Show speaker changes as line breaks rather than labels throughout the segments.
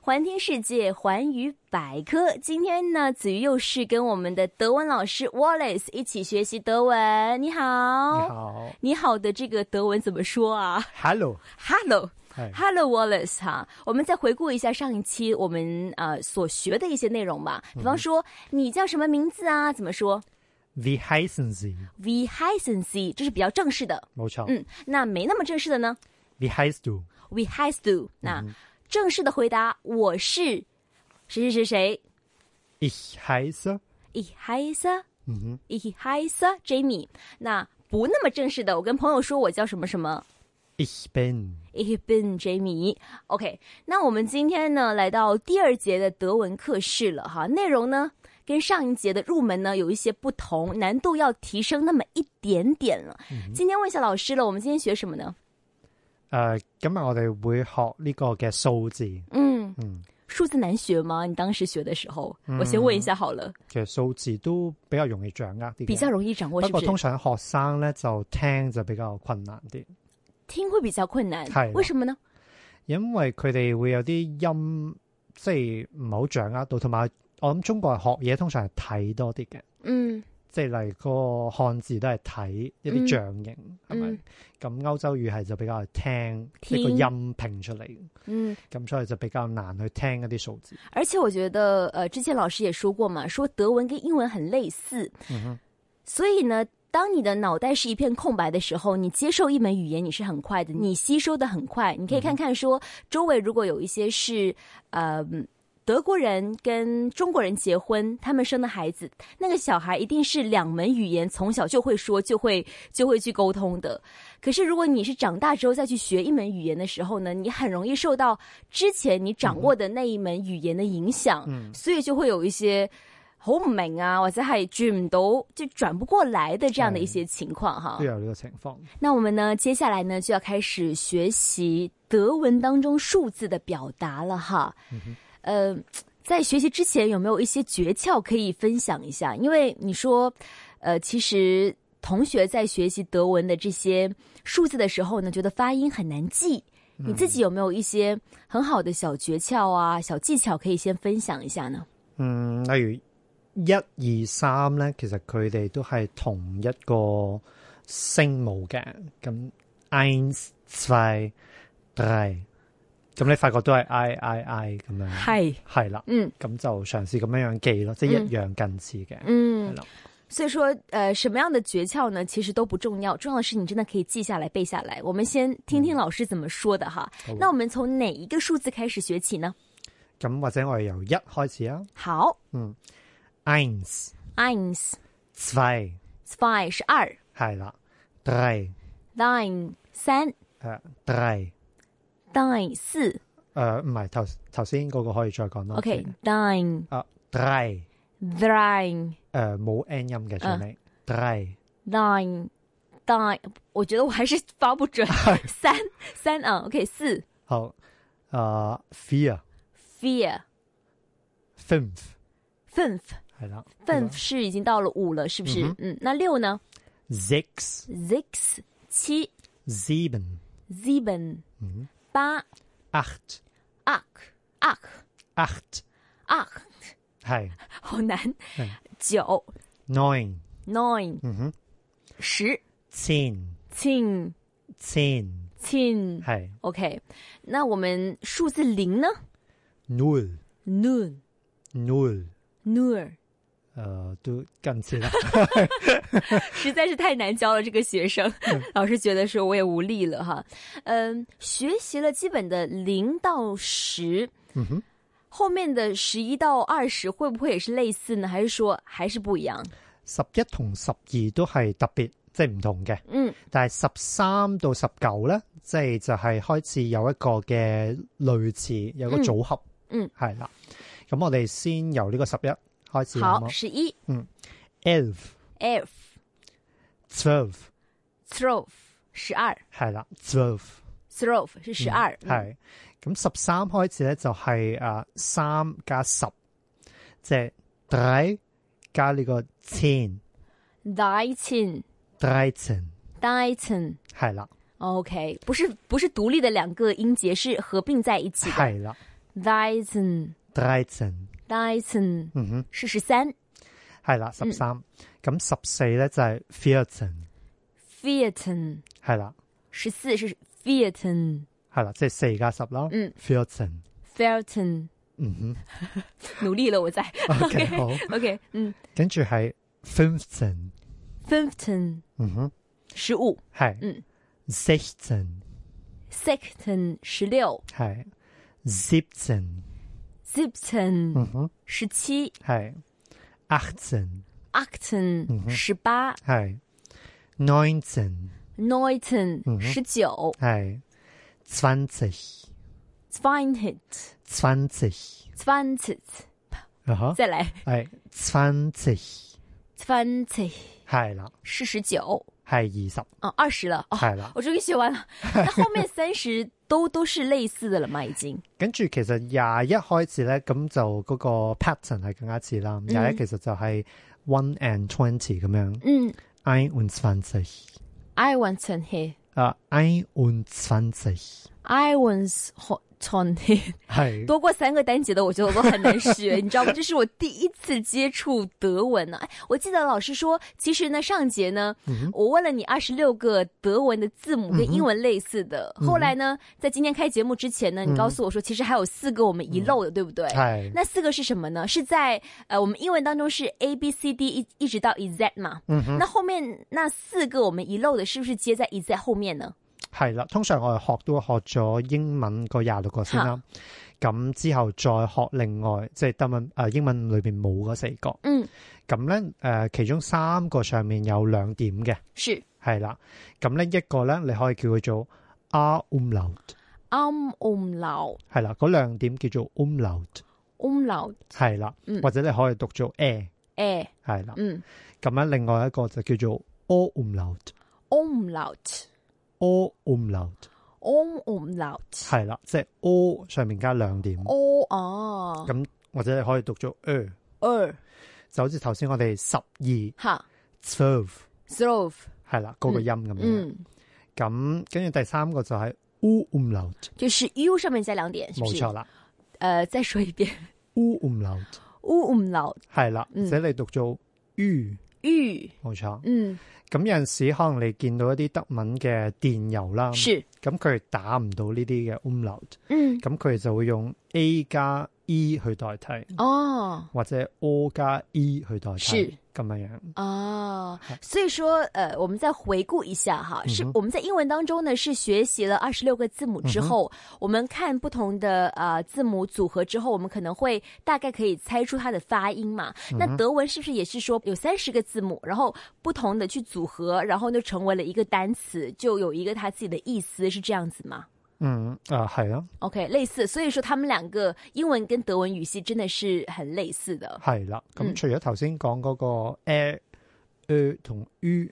环天世界，环宇百科。今天呢，子瑜又是跟我们的德文老师 Wallace 一起学习德文。你好，
你
你，
好
的这个德文怎么说啊
，Hello，
？Hello。
哎
Hello Wallace 哈，我们再回顾一下上一期我们呃所学的一些内容吧。比方说，你叫什么名字啊？怎么说
，Wie heißen Sie？
？V h i s e n s e 这是比较正式的。
冇錯
嗯，那没那么正式的呢
，Wie heißt du？
？We h i s do。那正式的回答，我是谁谁谁谁
Ich heiße，
，Ich heiße
嗯哼
Ich heiße Jamie。那不那么正式的，我跟朋友说我叫什么什么。
，Ich bin。
Ich bin Jamie。OK，那我们今天呢来到第二节的德文课室了哈，内容呢跟上一节的入门呢有一些不同，难度要提升那么一点点了。
嗯
今天问一下老师了，我们今天學什麼呢？
誒，呃今日我哋會學呢個嘅數字，
嗯
嗯，
数字难学吗？你当时学的时候，我先问一下好了，
其實數字都比較容易掌握啲嘅，
比较容易掌握
不
是不
過
是
通？常學生咧就聽就比較困難啲，
听会比较困难
係，啦
为什么呢？
因為佢哋會有啲音即係唔好掌握到，同埋我諗中國人學嘢通常係睇多啲嘅。
嗯
即係例如個漢字都係睇一
嗯
啲象形，係咪、
嗯
咁歐洲語系就比較係聽，
聽
即係個音拼出嚟，
嗯，
咁所以就比較難去聽一啲數字。
而且我觉得，呃，之前老师也说过嘛，说德文跟英文很类似，
嗯哼，
所以呢，当你的脑袋是一片空白的时候，你接受一门语言你是很快的，你吸收的很快。你可以看看说，周围如果有一些是呃德国人跟中国人结婚，他们生的孩子，那个小孩一定是两门语言从小就会说，就会就会去沟通的。可是如果你是长大之后再去学一门语言的时候呢，你很容易受到之前你掌握的那一门语言的影响，
嗯
所以就会有一些。好唔明啊，或者係轉唔到，就轉不過來的這樣的一些情況哈
都。有呢個情況。
那我們呢，接下來呢就要開始學習德文當中數字的表達了哈。呃，在学习之前有没有一些诀窍可以分享一下？因为你说，呃，其实同学在学习德文的这些数字的时候呢，觉得发音很难记。你自己有没有一些很好的小诀窍啊、小技巧可以先分享一下呢？
嗯，例如一二三咧，其實佢哋都係同一個聲母嘅，咁 eins zwei drei，咁你發覺都係 i i i 咁樣，
嗨，
係啦，
嗯
咁就嘗試咁樣樣記咯，即係一樣近似嘅，
嗯
係，啦。
所以说，呃，什么样的诀窍呢？其实都不重要，重要的是你真的可以记下来、背下来。我们先听听老师怎么说的哈。
好
那我们从哪一个数字开始学起呢？
咁或者我哋由一開始啊
好
，eins
，eins
zwei
zwei 是二
係啦，drei
，nine 三
誒 drei
，nine 四
誒唔係頭頭先嗰個可以再講多次
，OK nine
啊 drei
nine
誒冇 n 音嘅最尾 drei
nine nine，我觉得我还是发不 准，三三啊，OK 四
好誒 vier
，vier
fünf
fünf
係啦
fünf 是已经到了五了，是不是？嗯，那六呢
sechs
？six 七。
sieben
sieben，八
acht
ach ach
acht
ach，
係
好难。九
neun
nine，十
zehn
ten
zehn
ten。
係
OK，那我们数字零呢
null
？noon
null
noon，
誒都近似啦。
实在是太难教了这个学生， 老师觉得说我也无力了哈。嗯，学习了基本的零到十。后面的十一到二十会不会也是类似呢？还是说还是不一样？
十一同十二都係特別，即係唔同嘅。
嗯，
但係十三到十九咧，即係就係開始有一個嘅類似有個組合。
嗯嗯，
係啦。咁我哋先由呢個十一開始好
好，
嗎
十一
Elf、
f
twelve
twelve 十二
係啦，twelve
，twelve 是十二、嗯，
係。咁十三開始咧就係誒三加十，即係 three 加呢個 ten，thirteen
，nineteen nineteen。
係啦，
OK，不是不是独立的两个音节，是合并在一起的。
係啦，
Dyson
dreizehn，
Dyson
嗯哼，
是十三
係
嗯
啦，十三。咁十四咧就係 vierzehn，
，Fiaton
係啦，
十四是 Fiaton
係啦，即係四加十啦。
嗯
vierzehn，
Felton，
嗯
努力了我在
哼，OK 好。
OK 嗯
跟住係 fünfzehn，
，Fifteen
嗯哼，
十五
係。
嗯
sechzehn，
，Sexton 十六
係。siebzehn，
，Zipton
嗯哼，
十七
係。achtzehn，嗯
，Acton 十八
係。neunzehn，
，Noiton
嗯哼
十九
係。zwanzig，
，Zwanhit
zwanzig，
哦，Zwanzig
啊哈，
再来
係 zwanzig，
，Zwanzig
係啦，
是十九，
係二十，
啊二十了哦。
係啦。
我终于学完了。那后面三十都都是类似的了嘛？已经
跟住其實廿一開始咧，咁就嗰個 pattern 係更加似啦。廿一其實就係 one and twenty 咁樣
嗯
，ein und zwanzig
，I want to hear,
啊，ein und zwanzig
I want to hear。
係
多过三个单节的，我觉得我都很难学，你知道吗？这是我第一次接触德文呢、哎我记得老师说，其实呢，上节呢，我问了你二十六个德文的字母跟英文类似的。后来呢，在今天开节目之前呢，你告诉我说，其实还有四个我们遗漏的，对不对？
係
那四个是什么呢？是在呃，我们英文当中是 A B C D 一一直到 E Z 嘛。嗯哼。那后面那四个我们遗漏的，是不是接在 E Z 后面呢？
係啦。通常我哋學都學咗英文個廿六個先啦，咁之後再學另外即係德文啊英文裏邊冇嗰四個，
嗯，
咁咧誒其中三個上面有兩點嘅，
是
係啦。咁咧一個咧你可以叫佢做 R umlaut。
um umlaut
係啦，嗰兩點叫做 umlaut，
umlaut
係啦，
嗯
或者你可以讀做 a，
哎，
係啦。
嗯
咁咧，另外一個就叫做 o umlaut，o
umlaut
umlaut
um umlaut
係啦，即係 o 上面加兩點，
o 哦
咁或者你可以讀做 e，
二
就好似頭先我哋十二
哈
twelve
slov
係啦嗰個音咁樣。
嗯，
咁跟住第三個就係 u umlaut，
就是 u 上面加两点，是不是
冇錯？啦
呃，再说一遍
u umlaut
u umlaut
係啦，
嗯
或者你讀做 u，
u
冇錯。
嗯
咁有陣時可能你見到一啲德文嘅電郵啦。
是
咁佢哋打唔到呢啲嘅 umlaut，
嗯
咁佢哋就會用 A 加 E 去代替，
哦。
或者 O 加 E 去代替，
是
咁樣樣，
哦，所以说，呃，我们再回顾一下哈，是我们在英文当中呢是学习了二十六个字母之后，我们看不同的呃字母组合之后，我们可能会大概可以猜出它的发音嘛。那德文是不是也是说有三十个字母，然后不同的去组合，然后就成为了一个单词，就有一个它自己的意思，是这样子吗
嗯啊係啊，
？OK，类似，所以说他们两个英文跟德文语系真的是很类似的。
係啦。咁、
嗯
除咗頭先講嗰個 A、E 同 U，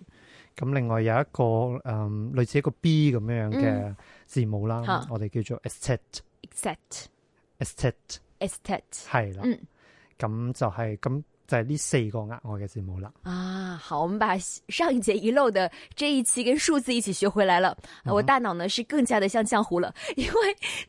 咁另外有一個嗯類似一個 B 咁樣樣嘅字母啦，
嗯嚇
我哋叫做 estet，estet
Except, except，
係啦。
嗯。
咁、就係、咁就係呢四個額外嘅字母啦。
啊，好，我们把上一节遗漏的这一期跟数字一起学回来了。啊我大脑呢是更加的像浆糊了， 因为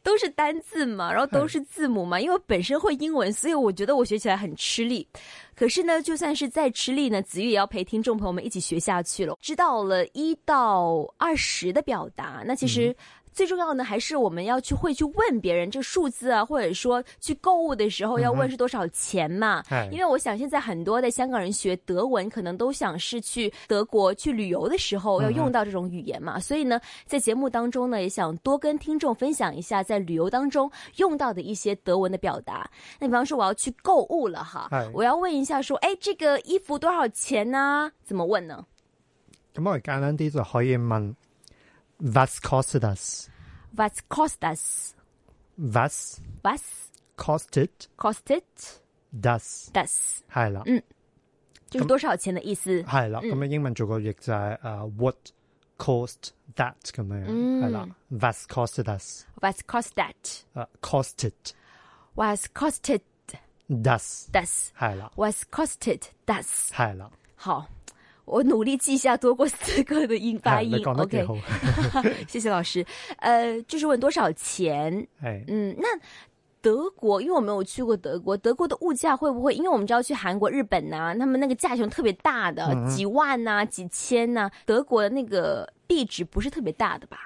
都是单字嘛，然后都是字母嘛，因为我本身会英文，所以我觉得我学起来很吃力。可是呢，就算是再吃力呢，子玉也要陪听众朋友们一起学下去了。知道了一到二十的表达，那其实最重要呢，还是我们要去会去问别人这个数字啊，或者说去购物的时候要问是多少钱嘛。因
係
为我想现在很多的香港人学德文，可能都想是去德国去旅游的时候要用到这种语言嘛，所以呢，在节目当中呢，也想多跟听众分享一下在旅游当中用到的一些德文的表达。那比方说我要去购物了哈
哎，
我要问一下说，哎，这个衣服多少錢呢、怎么问呢
咁我哋簡單啲就可以問 was kostet das？
？Was kostet das?
Was
Was
kostet
kostet
das？
das？
係啦，
嗯就是多少錢的意思。
係啦。咁樣英文做個譯就係誒 what cost that 咁樣樣，
嗯
係啦。Was kostet das？
Was kostet?
誒呃 costed
Was kostet
das
das?
係啦，
Was kostet das?
係啦，
好，我努力记一下多过四个的音发
係
音
你。講得幾
OK，
好，
谢谢老师。呃，就是问多少钱？
係
嗯，那德国，因为我没有去过德国，德国的物价会不会？因为我们知道去韩国、日本呐、他们那个价钱特别大的，几万呐、几千呐、德国那个币值不是特别大的吧？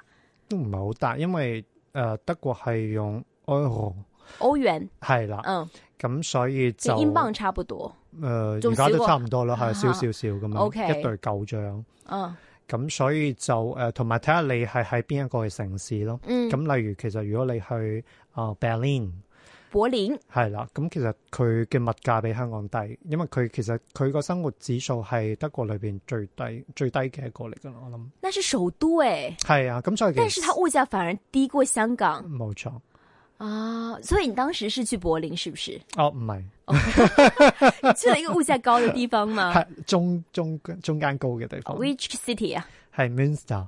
都唔係好大，因為誒、呃德國係用 euro
欧元，
係啦，
嗯，
咁所以就
跟英鎊差不多，
誒
仲
呃
少
而家都
過
差唔多啦，
啊
係少少少咁樣
OK
一對舊帳。
嗯
咁所以就誒，同埋睇下你係喺邊一個嘅城市咯。
嗯，
咁、例如其實如果你去啊、呃 Berlin
柏林，
係啦，咁其實佢嘅物價比香港低，因為佢其實佢個生活指數係德國裏邊最低最低嘅一個嚟㗎啦，我諗
那是首都哎、
係啊。咁所以其實
但是它物價反而低過香港
冇錯，
啊，所以你当时是去柏林是不是？
哦唔係
你去了一个物价高的地方吗
係中中中間高嘅地方
？Which city 啊？
係 Münster。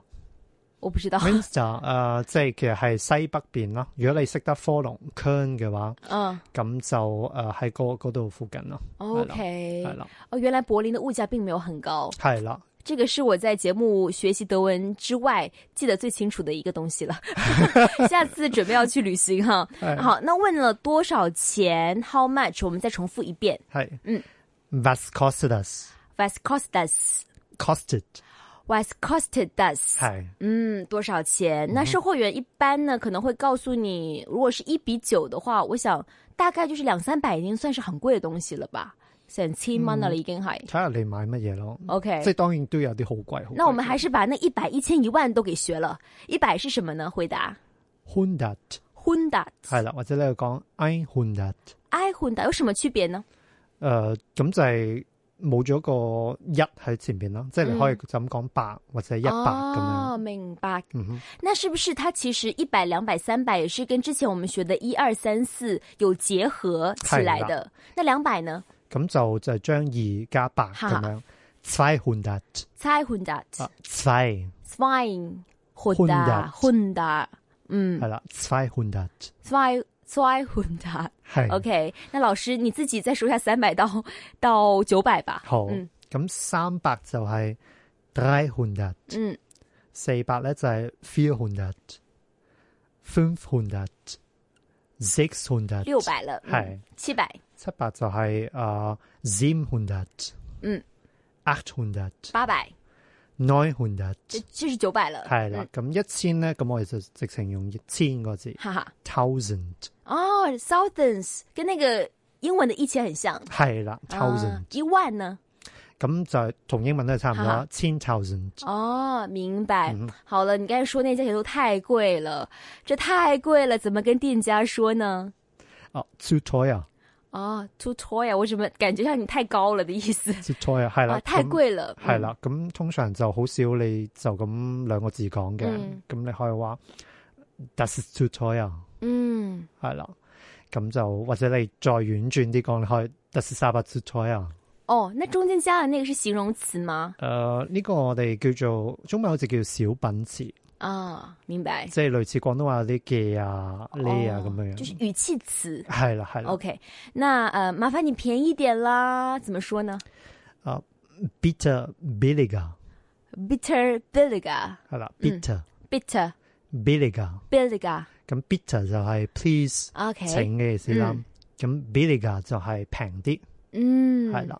我不知道。
Münster 誒、呃即係其實係西北邊啦。如果你識得科隆 Kern 嘅話，
嗯
咁就誒喺嗰嗰度附近咯。
，OK，
係啦，
哦，原来柏林的物价并没有很高，
係啦。
这个是我在节目学习德文之外记得最清楚的一个东西了。 下次准备要去旅行哈。
係
好，那问了多少钱？How much？我们再重复一遍。
係
嗯
，was costed us
Was costed us?
costed
Was costed us?
係
嗯，多少钱？那售货员一般呢可能会告诉你，如果是一比九的话，我想大概就是两三百已经算是很贵的东西了吧，成千蚊了已经系。
睇下你買乜嘢咯。
OK，
即係當然都有啲好貴好貴嘅。
那我们還是把那一百、一千、一萬都給學了。一百是什么呢？回答
hundred
hundred，
係啦，或者你講 i hundred
哎，hundred 有什么区別呢？
誒，呃咁就係冇咗個一喺前邊啦。即係你可以就咁講百或者一百咁樣。
嗯哦，明白。
嗯哼，
那是不是它其實一百、兩百、三百也是跟之前我們學的一二三四有結合起來
是
的？那两百呢？
咁就就係將二加八
哈
咁樣。200
猜 hundred，
啊，zwei
swine hundred
Hundert
hundred，嗯
系啦，zweihundert
，zwei zwei hundred。
系
OK，那老師你自己再说一下三百到到九百吧。
好
嗯。
咁三百就係 dreihundert，
嗯，
四百咧就係 vierhundert，fünfhundert，sechshundert，
六百了。嗯
係
七百。
七百就係啊 siebenhundert，
嗯
，achthundert，
八百，这
neunhundert，
就是九百了。
係啦。咁一千咧，咁我哋就直情用千個字
嗯，哈哈。
thousand，
哦，thousands 跟那个英文的一千很像。
係啦
啊
，thousand，
一万呢？
咁就同英文都係差唔多
哈
啦，千 thousand。
哦，明白。
嗯
好了，你刚才说那价钱都太贵了，这太贵了，怎么跟店家说呢？
哦 t o t o y a
哦，too toy 啊，我怎么感觉像你太高了的意 思
t o t o y a 係啦
啊？，太
咁
贵了。嗯
係，啦，咁通常就好少你就咁兩個字講嘅，咁、
嗯
你可以話 das ist zu teuer
嗯，
啊係啦，咁就或者你再婉轉啲講，你可以 das ist aber zu teuer。
哦，那中间加的那个是形容词吗？
誒、呃呢、個我哋叫做中文好似叫小品詞，
啊，明白。
即係類似廣東話有啲嘅啊、呢啊
哦
咁樣
就是哦
樣。
语气词。
係啦，係啦。
OK，那呃，麻烦你便宜点啦，怎么说呢？
Bitter billiger
bitter billiga
係啦，bitter
嗯 bitter
billiger。
billiga
咁 bitter 就係 please
OK
請嘅意思啦
嗯。
咁 billiger 就係平啲。
嗯
係啦。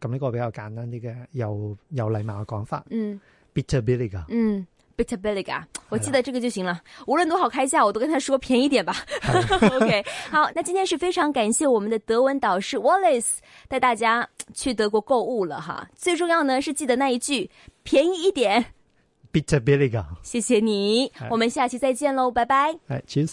咁呢個比較簡單啲嘅，有有禮貌嘅講法。
嗯
Bitter billiger
嗯 bitter billiga 我记得这个就行了，无论多少开价我都跟他说便宜点吧 OK 好那今天是非常感谢我们的德文导师 Wallace 带大家去德国购物了哈最重要呢是记得那一句便宜一点
bitter billiger，
谢谢你
好
我们下期再见喽拜拜。
係 cheers。